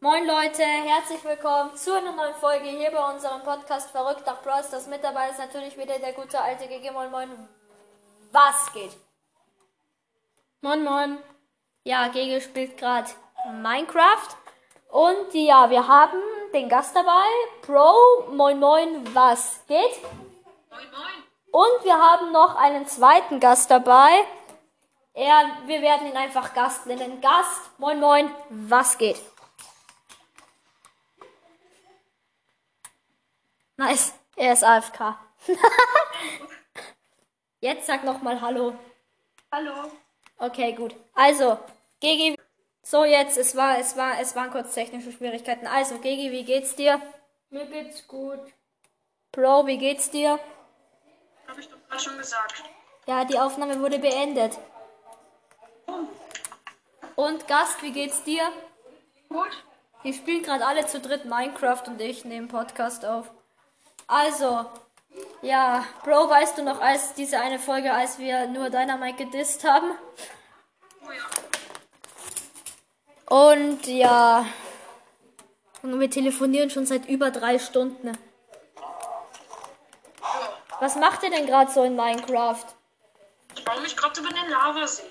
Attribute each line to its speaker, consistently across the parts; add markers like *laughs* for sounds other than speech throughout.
Speaker 1: Moin Leute, herzlich willkommen zu einer neuen Folge hier bei unserem Podcast Verrückt nach Bros. Das mit dabei ist natürlich wieder der gute alte GG Moin Moin. Was geht? Moin Moin. Ja, GG spielt gerade Minecraft. Und ja, wir haben den Gast dabei, Pro Moin Moin Was geht?
Speaker 2: Moin, moin.
Speaker 1: Und wir haben noch einen zweiten Gast dabei. Er, wir werden ihn einfach Gast nennen. Gast, moin moin, was geht? Nice, er ist AFK. *laughs* Jetzt sag nochmal Hallo.
Speaker 2: Hallo.
Speaker 1: Okay, gut. Also, Gigi. So, jetzt, es war, es war, es waren kurz technische Schwierigkeiten. Also, Gigi, wie geht's dir?
Speaker 3: Mir geht's gut.
Speaker 1: Bro, wie geht's dir?
Speaker 2: Habe ich doch gerade schon gesagt.
Speaker 1: Ja, die Aufnahme wurde beendet. Und Gast, wie geht's dir?
Speaker 2: Gut.
Speaker 1: Wir spielen gerade alle zu dritt Minecraft und ich nehme Podcast auf. Also, ja, Bro, weißt du noch, als diese eine Folge, als wir nur Dynamite gedisst haben?
Speaker 2: Oh ja.
Speaker 1: Und ja, und wir telefonieren schon seit über drei Stunden. Was macht ihr denn gerade so in Minecraft?
Speaker 2: Ich baue mich gerade über den Lavasee.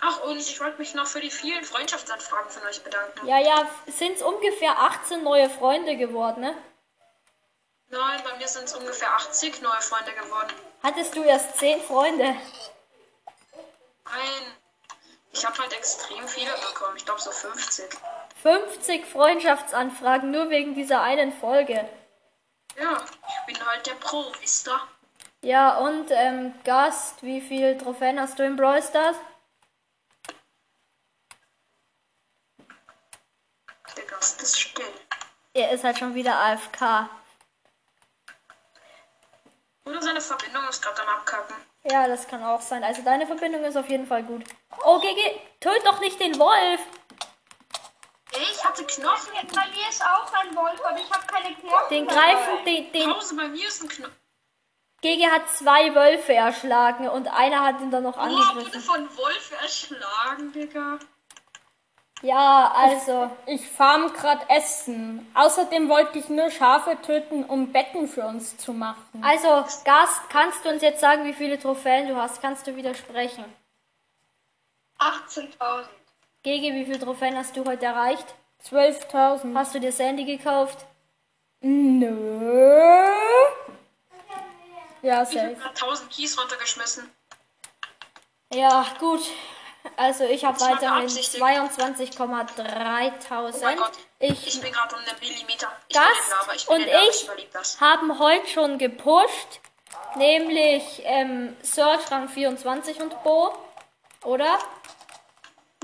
Speaker 2: Ach, und ich wollte mich noch für die vielen Freundschaftsanfragen von euch bedanken.
Speaker 1: Ja, ja, sind's ungefähr 18 neue Freunde geworden, ne?
Speaker 2: Nein, bei mir sind es ungefähr 80 neue Freunde geworden.
Speaker 1: Hattest du erst 10 Freunde?
Speaker 2: Nein. Ich habe halt extrem viele bekommen. Ich glaube so 50.
Speaker 1: 50 Freundschaftsanfragen nur wegen dieser einen Folge.
Speaker 2: Ja, ich bin halt der Pro, wisst ihr?
Speaker 1: Ja, und ähm, Gast, wie viel Trophäen hast du in Brawl Stars?
Speaker 2: Der Gast ist still.
Speaker 1: Er ist halt schon wieder AFK.
Speaker 2: Oder seine Verbindung ist gerade am Abkacken.
Speaker 1: Ja, das kann auch sein. Also deine Verbindung ist auf jeden Fall gut. Oh, GG, töt doch nicht den Wolf.
Speaker 2: Ich hatte Knochen.
Speaker 3: Bei mir ist auch ein Wolf, aber ich habe keine Knochen.
Speaker 1: Den
Speaker 3: dabei.
Speaker 1: greifen, den, den
Speaker 2: Pause, bei mir ist ein Knochen.
Speaker 1: GG hat zwei Wölfe erschlagen und einer hat ihn dann noch
Speaker 2: Oh, wurde
Speaker 1: angegriffen.
Speaker 2: von Wolf erschlagen, Digga.
Speaker 1: Ja, also,
Speaker 3: Ich farm grad Essen. Außerdem wollte ich nur Schafe töten, um Betten für uns zu machen.
Speaker 1: also Gast, kannst du uns jetzt sagen, wie viele Trophäen du hast? Kannst du widersprechen?
Speaker 2: 18.000.
Speaker 1: GG, wie viele Trophäen hast du heute erreicht?
Speaker 3: 12.000.
Speaker 1: Hast du dir Sandy gekauft?
Speaker 3: Nö. Ja,
Speaker 2: Ich habe
Speaker 3: safe.
Speaker 2: gerade 1000 Kies runtergeschmissen.
Speaker 1: Ja, gut. Also ich habe
Speaker 2: war
Speaker 1: weiterhin
Speaker 2: beabsichtigt.
Speaker 1: 22,3000.
Speaker 2: Oh mein Gott. Ich,
Speaker 1: ich
Speaker 2: bin gerade um einen Millimeter. Ich bin
Speaker 1: Gast
Speaker 2: in Lava. Ich bin
Speaker 1: und
Speaker 2: in Lava.
Speaker 1: ich-
Speaker 2: überlebe das.
Speaker 1: haben heute schon gepusht, nämlich ähm, Search Rang 24 und Bo, oder?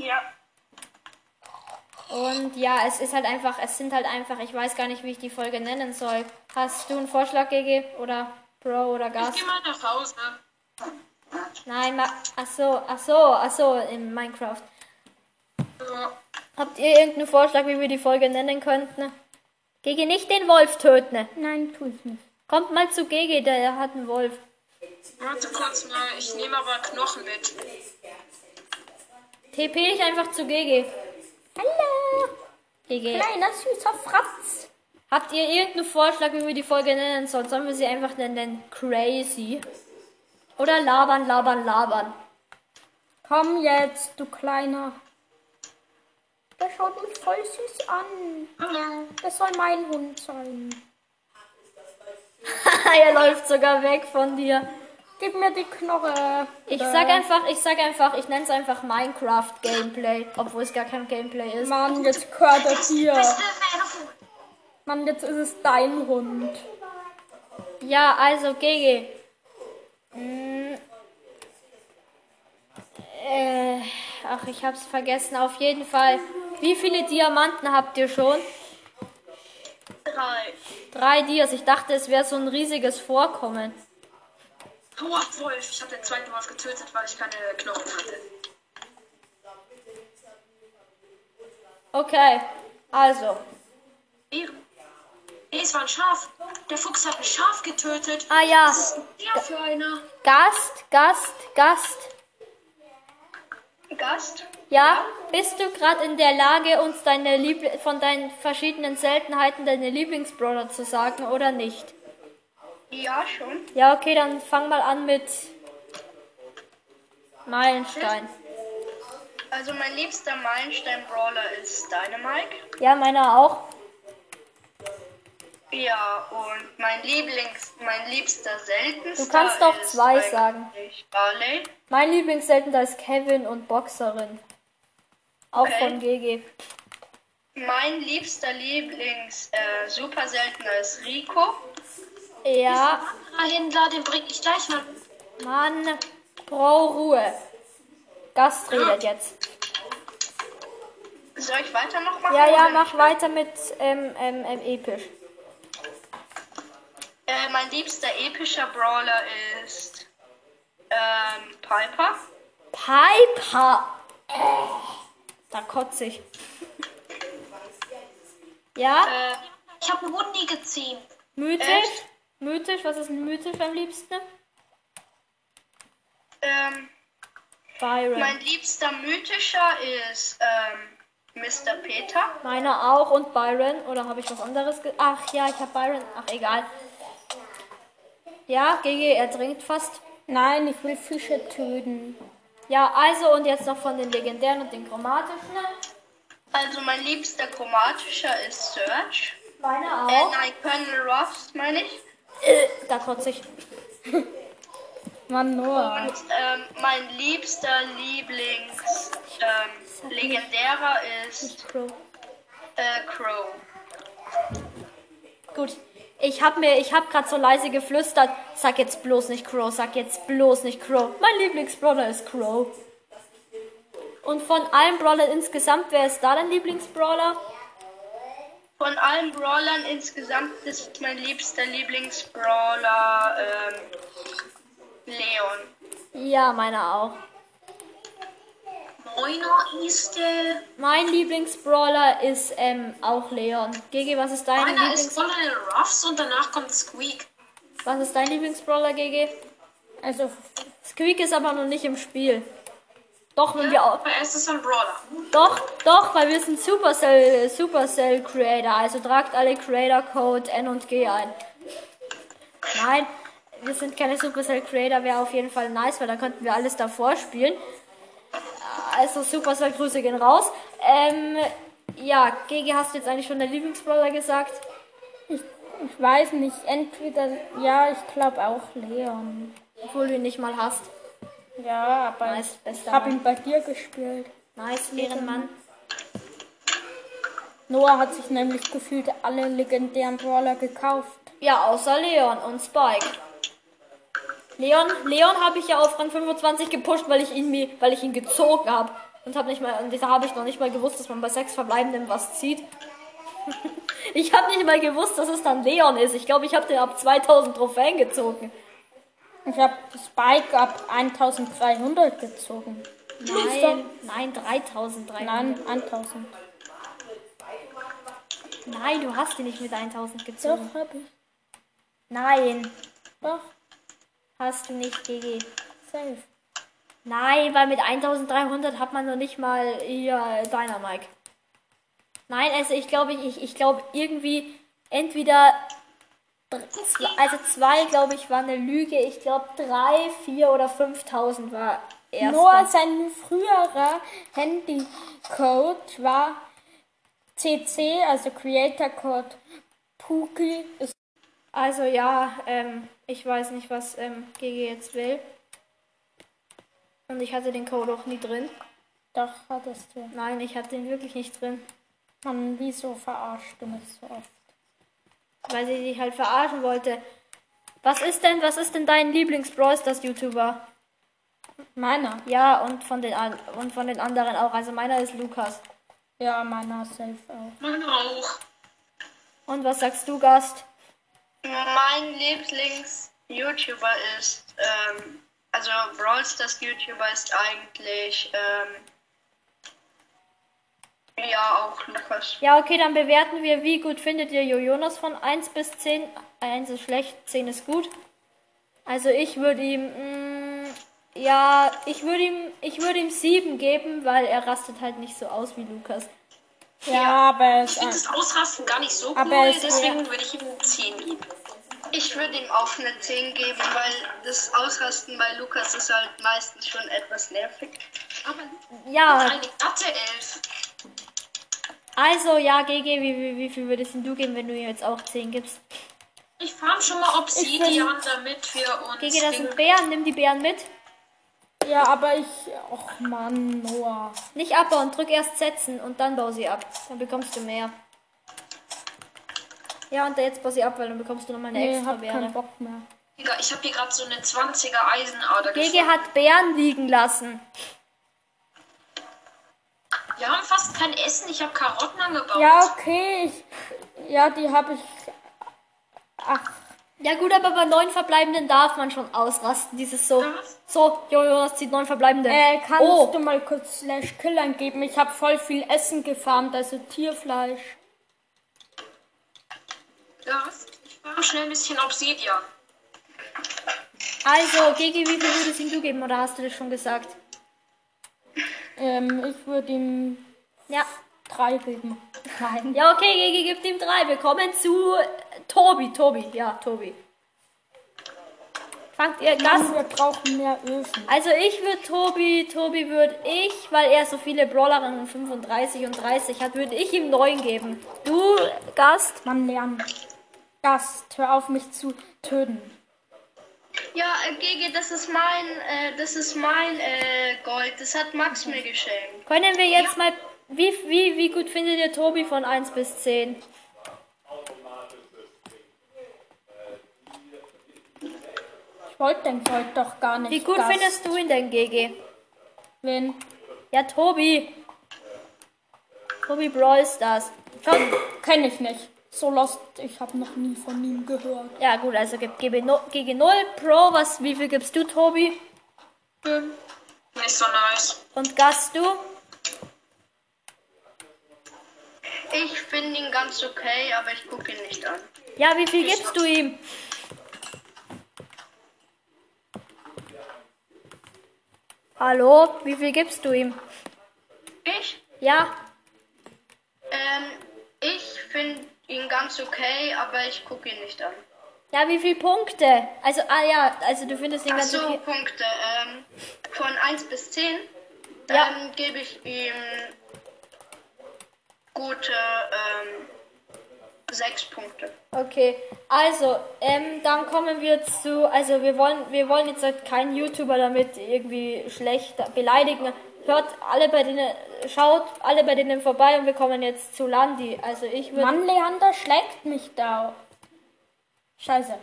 Speaker 2: Ja.
Speaker 1: Und ja, es ist halt einfach, es sind halt einfach, ich weiß gar nicht, wie ich die Folge nennen soll. Hast du einen Vorschlag, GG? Oder Bro oder
Speaker 2: Ich
Speaker 1: Gast?
Speaker 2: gehe mal nach Hause.
Speaker 1: Nein, ma ach so, ach so, ach so, in Minecraft.
Speaker 2: Ja.
Speaker 1: Habt ihr irgendeinen Vorschlag, wie wir die Folge nennen könnten? Gege nicht den Wolf töten.
Speaker 3: Nein, tu ich nicht.
Speaker 1: Kommt mal zu Gege, der hat einen Wolf.
Speaker 2: Warte kurz mal. Ich nehme aber Knochen mit.
Speaker 1: TP ich einfach zu Gege.
Speaker 3: Hallo,
Speaker 1: Gege.
Speaker 3: kleiner süßer Fratz.
Speaker 1: Habt ihr irgendeinen Vorschlag, wie wir die Folge nennen sollen? Sollen wir sie einfach nennen Crazy? Oder labern, labern, labern. *laughs*
Speaker 3: Komm jetzt, du Kleiner. Der schaut mich voll süß an.
Speaker 2: Hallo.
Speaker 3: Das soll mein Hund sein.
Speaker 1: er läuft sogar weg von dir.
Speaker 3: Gib mir die Knoche.
Speaker 1: Ich
Speaker 3: Äh.
Speaker 1: sag einfach, ich sag einfach, ich nenn's einfach Minecraft Gameplay, obwohl es gar kein Gameplay ist.
Speaker 3: Mann, jetzt gehört er dir.
Speaker 2: Werbung.
Speaker 3: Mann, jetzt ist es dein Hund.
Speaker 1: Ja, also Mm. Gege. Äh, ach, ich hab's vergessen. Auf jeden Fall. Wie viele Diamanten habt ihr schon?
Speaker 2: Drei.
Speaker 1: Drei Dias. Ich dachte, es wäre so ein riesiges Vorkommen.
Speaker 2: Hau ab, Oh, Wolf. Ich habe den zweiten Wolf getötet, weil ich keine Knochen hatte.
Speaker 1: Okay. Also.
Speaker 2: Bären. Nee, es war ein Schaf. Der Fuchs hat ein Schaf getötet.
Speaker 1: Ah ja.
Speaker 2: Was ist denn der für einer?
Speaker 1: Gast, Gast, Gast.
Speaker 2: Gast?
Speaker 1: Ja, bist du gerade in der Lage, uns deine Liebl von deinen verschiedenen Seltenheiten deine Lieblingsbrawler zu sagen oder nicht?
Speaker 4: Ja, schon.
Speaker 1: Ja, okay, dann fang mal an mit Meilenstein.
Speaker 4: Also mein liebster Meilenstein-Brawler ist Dynamite.
Speaker 1: Ja, meiner auch.
Speaker 4: Ja, und mein Lieblings, mein liebster seltenster
Speaker 1: Du kannst doch
Speaker 4: ist
Speaker 1: zwei
Speaker 4: eigentlich
Speaker 1: sagen.
Speaker 4: Barley.
Speaker 1: Mein Lieblingsseltener ist Kevin und Boxerin. Auch
Speaker 4: Okay.
Speaker 1: von GG.
Speaker 4: Mein liebster Lieblings äh, super seltener ist Rico.
Speaker 1: Ja,
Speaker 2: Wandererhändler, den bring ich gleich mal.
Speaker 1: Mann, Bro, Ruhe. Gast
Speaker 2: Ah.
Speaker 1: redet jetzt.
Speaker 4: Soll ich weiter noch machen?
Speaker 1: Ja, ja,
Speaker 4: oder
Speaker 1: mach
Speaker 4: nicht?
Speaker 1: weiter mit ähm, ähm, ähm, episch.
Speaker 4: Äh, mein liebster epischer Brawler ist ähm, Piper.
Speaker 1: Piper. Äh, Da kotze ich. Ja,
Speaker 4: Äh,
Speaker 2: Ich habe einen Hundi geziehen.
Speaker 1: mythisch.
Speaker 4: echt?
Speaker 1: Mythisch, was ist denn mythisch am liebsten?
Speaker 4: ähm,
Speaker 1: Byron.
Speaker 4: mein liebster mythischer ist ähm, Mr. Peter.
Speaker 1: Meiner auch und Byron. Oder habe ich was anderes ge Ach ja, ich habe Byron. Ach, egal. Ja, GG, er trinkt fast.
Speaker 3: Nein, ich will Fische töten.
Speaker 1: Ja, also und jetzt noch von den legendären und den chromatischen.
Speaker 4: Also mein liebster chromatischer ist Search.
Speaker 1: Meiner
Speaker 4: Äh,
Speaker 1: auch.
Speaker 4: nein, Colonel Ruffs meine ich.
Speaker 1: Da kotze ich.
Speaker 3: Mann, Noah.
Speaker 4: Und ähm, mein liebster Lieblings ähm, legendärer ist
Speaker 1: Bro.
Speaker 4: äh, Crow.
Speaker 1: Gut. Ich hab mir, ich hab grad so leise geflüstert. Sag jetzt bloß nicht Crow, sag jetzt bloß nicht Crow. Mein Lieblingsbrawler ist Crow. Und von allen Brawlern insgesamt, wer ist da dein Lieblingsbrawler?
Speaker 4: Von allen Brawlern insgesamt ist mein liebster Lieblingsbrawler ähm, Leon.
Speaker 1: Ja, meiner auch.
Speaker 2: Moiner ist der.
Speaker 1: Mein Lieblingsbrawler ist ähm, auch Leon. GG, was ist dein
Speaker 2: Meiner ist
Speaker 1: Lieblings
Speaker 2: Colonel Ruffs und danach kommt Squeak.
Speaker 1: Was ist dein Lieblingsbrawler, GG?
Speaker 3: Also,
Speaker 1: Squeak ist aber noch nicht im Spiel. Doch, wenn wir auch,
Speaker 2: Aber er ist es ein Brawler.
Speaker 1: Doch, doch, weil wir sind Supercell, Supercell Creator. Also tragt alle Creator Code N und G ein. Nein, wir sind keine Supercell Creator. Wäre auf jeden Fall nice, weil da könnten wir alles davor spielen. Also Supercell Grüße gehen raus. Ähm, ja, Gege, hast du jetzt eigentlich schon der Lieblingsbrawler gesagt?
Speaker 3: ich weiß nicht, entweder, ja, ich glaube auch Leon.
Speaker 1: Obwohl du ihn nicht mal hast.
Speaker 3: Ja, aber
Speaker 1: Nice,
Speaker 3: ich
Speaker 1: bester
Speaker 3: habe
Speaker 1: Mann.
Speaker 3: ihn bei dir gespielt.
Speaker 1: Nice, Ehrenmann.
Speaker 3: Noah hat sich nämlich gefühlt alle legendären Brawler gekauft.
Speaker 1: Ja, außer Leon und Spike. Leon, Leon habe ich ja auf Rang 25 gepusht, weil ich ihn, mir- weil ich ihn gezogen habe. Und habe nicht mal, und da habe ich noch nicht mal gewusst, dass man bei sechs Verbleibenden was zieht. *laughs* ich habe nicht mal gewusst, dass es dann Leon ist. Ich glaube, ich habe den ab 2000 Trophäen gezogen.
Speaker 3: Ich habe Spike ab 1300 gezogen.
Speaker 1: Nein, nein, 3300.
Speaker 3: Nein, 1000.
Speaker 1: nein, du hast ihn nicht mit 1000
Speaker 3: Doch,
Speaker 1: gezogen.
Speaker 3: habe ich.
Speaker 1: Nein,
Speaker 3: Doch,
Speaker 1: hast du nicht, GG.
Speaker 3: safe.
Speaker 1: Nein, weil mit 1300 hat man noch nicht mal hier Dynamike. Nein, also ich glaube, ich, ich glaube irgendwie entweder dr- zwe- also zwei, glaube ich, war eine Lüge. Ich glaube drei, vier oder 5000 war erst.
Speaker 3: Noah, sein früherer Handycode war CC, also Creator Code. Puki ist
Speaker 1: Also ja, ähm, ich weiß nicht, was ähm, GG jetzt will. Und ich hatte den Code auch nie drin.
Speaker 3: doch, hattest du.
Speaker 1: Nein, ich hatte ihn wirklich nicht drin.
Speaker 3: Mann, wieso verarscht du mich so oft?
Speaker 1: Weil sie dich halt verarschen wollte. Was ist denn, was ist denn dein Lieblings-Brawl Stars YouTuber?
Speaker 3: Meiner?
Speaker 1: Ja, und von den, an und von den anderen auch. Also meiner ist Lukas.
Speaker 3: Ja, meiner safe auch.
Speaker 2: Meiner auch.
Speaker 1: Und was sagst du, Gast?
Speaker 4: Mein Lieblings-YouTuber ist, ähm, also Brawl Stars YouTuber ist eigentlich, ähm, ja, auch Lukas.
Speaker 1: Ja, okay, dann bewerten wir, wie gut findet ihr Jojonas von 1 bis 10. 1 ist schlecht, 10 ist gut. Also ich würde ihm, mm, Ja, ich würde ihm, ich würde ihm sieben geben, weil er rastet halt nicht so aus wie Lukas.
Speaker 3: Ja, aber er
Speaker 2: Ich
Speaker 3: ist
Speaker 2: finde
Speaker 3: ein.
Speaker 2: das Ausrasten gar nicht so cool,
Speaker 3: Aber es-
Speaker 2: deswegen würde ich ihm 10 geben.
Speaker 4: Ich würde ihm auch eine 10 geben, weil das Ausrasten bei Lukas ist halt meistens schon etwas nervig.
Speaker 2: Aber
Speaker 1: Ja,
Speaker 2: eine glatte 11.
Speaker 1: also ja, GG, wie, wie, wie viel würdest denn du geben, wenn du ihm jetzt auch zehn gibst?
Speaker 2: Ich farm schon mal Obsidian, damit wir uns.
Speaker 1: GG, das
Speaker 2: gegen-
Speaker 1: sind Bären, nimm die Bären mit.
Speaker 3: Ja, aber ich. Och Mann, Noah.
Speaker 1: Nicht abbauen, drück erst setzen und dann bau sie ab. Dann bekommst du mehr. Ja, und jetzt bau sie ab, weil dann bekommst du nochmal eine
Speaker 3: Nee,
Speaker 1: extra
Speaker 3: hab keinen
Speaker 1: Bäre.
Speaker 3: Bock mehr.
Speaker 2: Digga, ich habe hier gerade so eine 20er Eisenader
Speaker 1: GG
Speaker 2: gefunden.
Speaker 1: hat Bären liegen lassen.
Speaker 2: Wir haben fast kein Essen, ich habe Karotten angebaut.
Speaker 3: Ja, okay. Ich, ja, die habe ich. Ach,
Speaker 1: Ja gut, aber bei neun Verbleibenden darf man schon ausrasten. Dieses so,
Speaker 2: Darf?
Speaker 1: so, Jo, Jonas zieht neun Verbleibende.
Speaker 3: äh, kannst
Speaker 1: oh,
Speaker 3: du mal kurz Slash Kill angeben? Ich habe voll viel Essen gefarmt, also Tierfleisch.
Speaker 2: Ja, ich farm schnell ein bisschen Obsidian.
Speaker 1: also, Gigi, wie viel würdest ihm du geben? Oder hast du das schon gesagt?
Speaker 3: Ähm, ich würde ihm
Speaker 1: Ja.
Speaker 3: drei geben. *laughs* Nein.
Speaker 1: Ja, okay, Gigi gibt ihm drei. Wir kommen zu äh, Tobi, Tobi. Ja, Tobi. Fangt ihr das?
Speaker 3: Wir brauchen mehr Öfen.
Speaker 1: Also ich würde Tobi, Tobi würde ich, weil er so viele Brawlerinnen und 35 und 30 hat, würde ich ihm neun geben. Du, Gast?
Speaker 3: Man lernt. Gast, hör auf, mich zu töten.
Speaker 4: Ja, äh, Gege, das ist mein, äh, das ist mein äh, Gold. Das hat Max mir geschenkt.
Speaker 1: Können wir jetzt mal. Wie, wie, wie gut findet ihr Tobi von 1 bis 10?
Speaker 3: Ich wollte den Gold doch gar nicht.
Speaker 1: Wie gut
Speaker 3: Gast.
Speaker 1: findest du ihn denn, GG?
Speaker 3: Wen?
Speaker 1: Ja, Tobi. Tobi Brawl Stars. Schon.
Speaker 3: Kenne ich nicht. So lost, ich habe noch nie von ihm gehört.
Speaker 1: Ja, gut, also gib, gebe no, gegen 0. Pro, was, wie viel gibst du, Tobi?
Speaker 2: Nicht so nice.
Speaker 1: Und Gast, du?
Speaker 4: Ich finde ihn ganz okay, aber ich gucke ihn nicht an.
Speaker 1: Ja, wie viel gibst du ihm? Hallo, wie viel gibst du ihm?
Speaker 4: Ich?
Speaker 1: Ja,
Speaker 4: Ähm, ich finde ihn ganz okay, aber ich gucke ihn nicht an.
Speaker 1: ja, wie viel Punkte? Also, ah ja, also du findest ihn
Speaker 4: Ach
Speaker 1: ganz
Speaker 4: so,
Speaker 1: okay.
Speaker 4: Punkte. Ähm, von 1 bis 10
Speaker 1: Ja.
Speaker 4: ähm, gebe ich ihm gute ähm, 6 Punkte.
Speaker 1: Okay, also, ähm, dann kommen wir zu, also wir wollen, wir wollen jetzt halt keinen YouTuber damit irgendwie schlecht beleidigen. Hört alle bei denen, schaut alle bei denen vorbei und wir kommen jetzt zu Landi. Also ich würde,
Speaker 3: Mann, Leander schlägt mich da. Scheiße.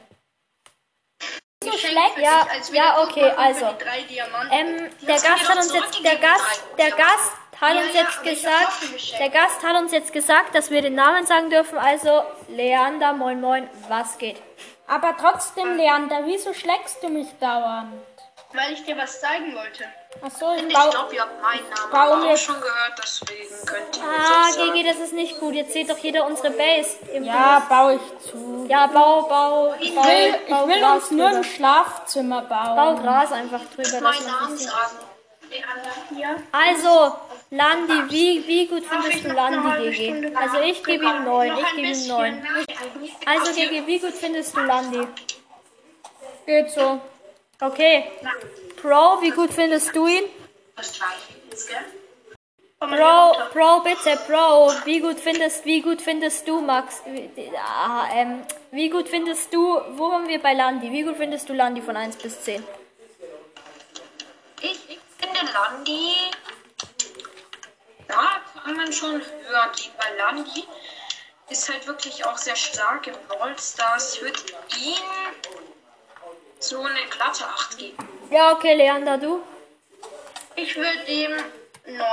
Speaker 4: So
Speaker 3: schlecht?
Speaker 1: Ja, ja, okay, also.
Speaker 4: Für die drei Diamanten.
Speaker 1: ähm, der
Speaker 2: Lass
Speaker 1: Gast
Speaker 2: mir
Speaker 1: hat
Speaker 2: doch
Speaker 1: uns jetzt, der
Speaker 2: zurückgegeben,
Speaker 1: Gast,
Speaker 2: drei
Speaker 1: der
Speaker 2: Diamanten.
Speaker 1: Gast hat
Speaker 4: Ja,
Speaker 1: uns
Speaker 4: ja,
Speaker 1: jetzt
Speaker 4: aber ich hab
Speaker 1: gesagt,
Speaker 4: Waffen geschenkt.
Speaker 1: der Gast hat uns jetzt gesagt, dass wir den Namen sagen dürfen. Also, Leander, moin moin, was geht?
Speaker 3: Aber trotzdem, Leander, wieso schlägst du mich dauernd?
Speaker 4: Weil ich dir was zeigen wollte.
Speaker 3: Achso, ich
Speaker 2: Ich
Speaker 3: baue.
Speaker 2: glaube, ihr habt meinen Namen
Speaker 3: Bau
Speaker 2: aber auch
Speaker 3: mir-
Speaker 2: schon gehört, deswegen könnt ihr mir
Speaker 1: Ah,
Speaker 2: sonst sagen.
Speaker 4: äh,
Speaker 1: GG, das ist nicht gut. Jetzt sieht doch jeder unsere Base. Im
Speaker 3: Ja, baue ich zu.
Speaker 1: Ja, bau, bau,
Speaker 3: Ich
Speaker 1: bau,
Speaker 3: will, ich
Speaker 1: bau
Speaker 3: will
Speaker 1: Gras
Speaker 3: uns nur ein
Speaker 1: drüber.
Speaker 3: Schlafzimmer
Speaker 1: Bau
Speaker 3: bauen.
Speaker 1: Gras einfach drüber. dass
Speaker 2: Mein
Speaker 1: man
Speaker 2: Namen
Speaker 1: nicht sieht.
Speaker 2: sagen. Leander hier.
Speaker 1: Also, Landi, wie, wie gut
Speaker 4: Darf
Speaker 1: findest
Speaker 4: ich
Speaker 1: du
Speaker 4: noch eine halbe
Speaker 1: Landi, GG?
Speaker 4: Stunde
Speaker 1: Also ich gebe ihm
Speaker 4: warten?
Speaker 1: neun,
Speaker 4: Noch
Speaker 1: ich
Speaker 4: ein
Speaker 1: gebe ihm
Speaker 4: bisschen.
Speaker 1: neun. Also GG, wie gut findest du Landi?
Speaker 3: Geht so.
Speaker 1: Okay. Pro, wie gut findest du ihn?
Speaker 4: Komm mal
Speaker 1: Pro,
Speaker 4: hier runter.
Speaker 1: Pro, bitte, Pro, wie gut findest, wie gut findest du, Max? Wie, die- ah, ähm, wie gut findest du, wo waren wir bei Landi? Wie gut findest du Landi von 1 bis 10?
Speaker 2: Ich, ich finde Landi. Da kann man schon hören, gehen, weil Landi ist halt wirklich auch sehr stark im Rollstars. Ich würde ihm so eine glatte 8 geben.
Speaker 1: Ja, okay, Leander, du?
Speaker 4: Ich würde ihm 9,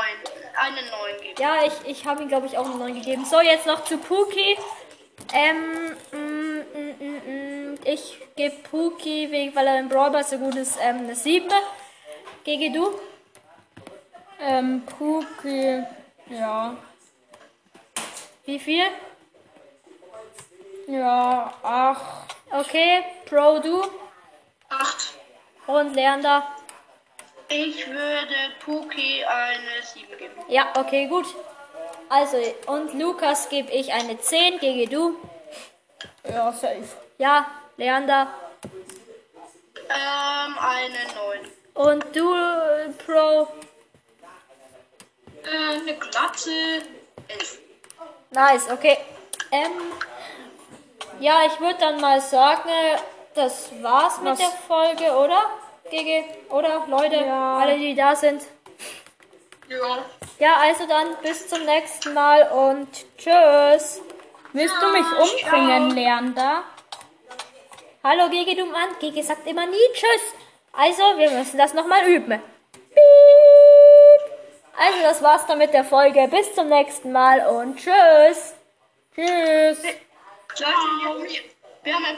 Speaker 4: eine 9 geben.
Speaker 1: Ja, ich, ich habe ihm, glaube ich, auch einen neuen gegeben. So, jetzt noch zu Puki. Ähm, mm, mm, mm, mm, ich gebe Puki, wegen- weil er im Brawl Ball so gut ist, ähm, eine 7. Gege du?
Speaker 3: Ähm, Puki. Ja.
Speaker 1: Wie viel?
Speaker 3: Ja, ach.
Speaker 1: Okay, Pro du
Speaker 2: 8.
Speaker 1: und Leander.
Speaker 4: Ich würde Puki eine 7 geben.
Speaker 1: Ja, okay, gut. Also, und Lukas gebe ich eine 10 gegen du.
Speaker 3: Ja, safe.
Speaker 1: Ja, Leander.
Speaker 4: Ähm, eine 9.
Speaker 1: Und du, äh, Pro.
Speaker 2: Äh, eine glatte 11.
Speaker 1: Nice, okay. Ähm, ja, ich würde dann mal sagen, äh, das war's mit
Speaker 3: Was?
Speaker 1: der Folge, oder? Gege, oder? Leute,
Speaker 3: Ja.
Speaker 1: alle, die da sind.
Speaker 2: Ja.
Speaker 1: Ja, also dann bis zum nächsten Mal und tschüss.
Speaker 3: Willst du mich umbringen, Leander?
Speaker 1: Hallo Gege, du Mann. Gege sagt immer nie tschüss. Also, wir müssen das nochmal üben. Piep. Also, das war's dann mit der Folge. Bis zum nächsten Mal und tschüss. Tschüss.
Speaker 4: Leute, wir haben, hier- wir haben ein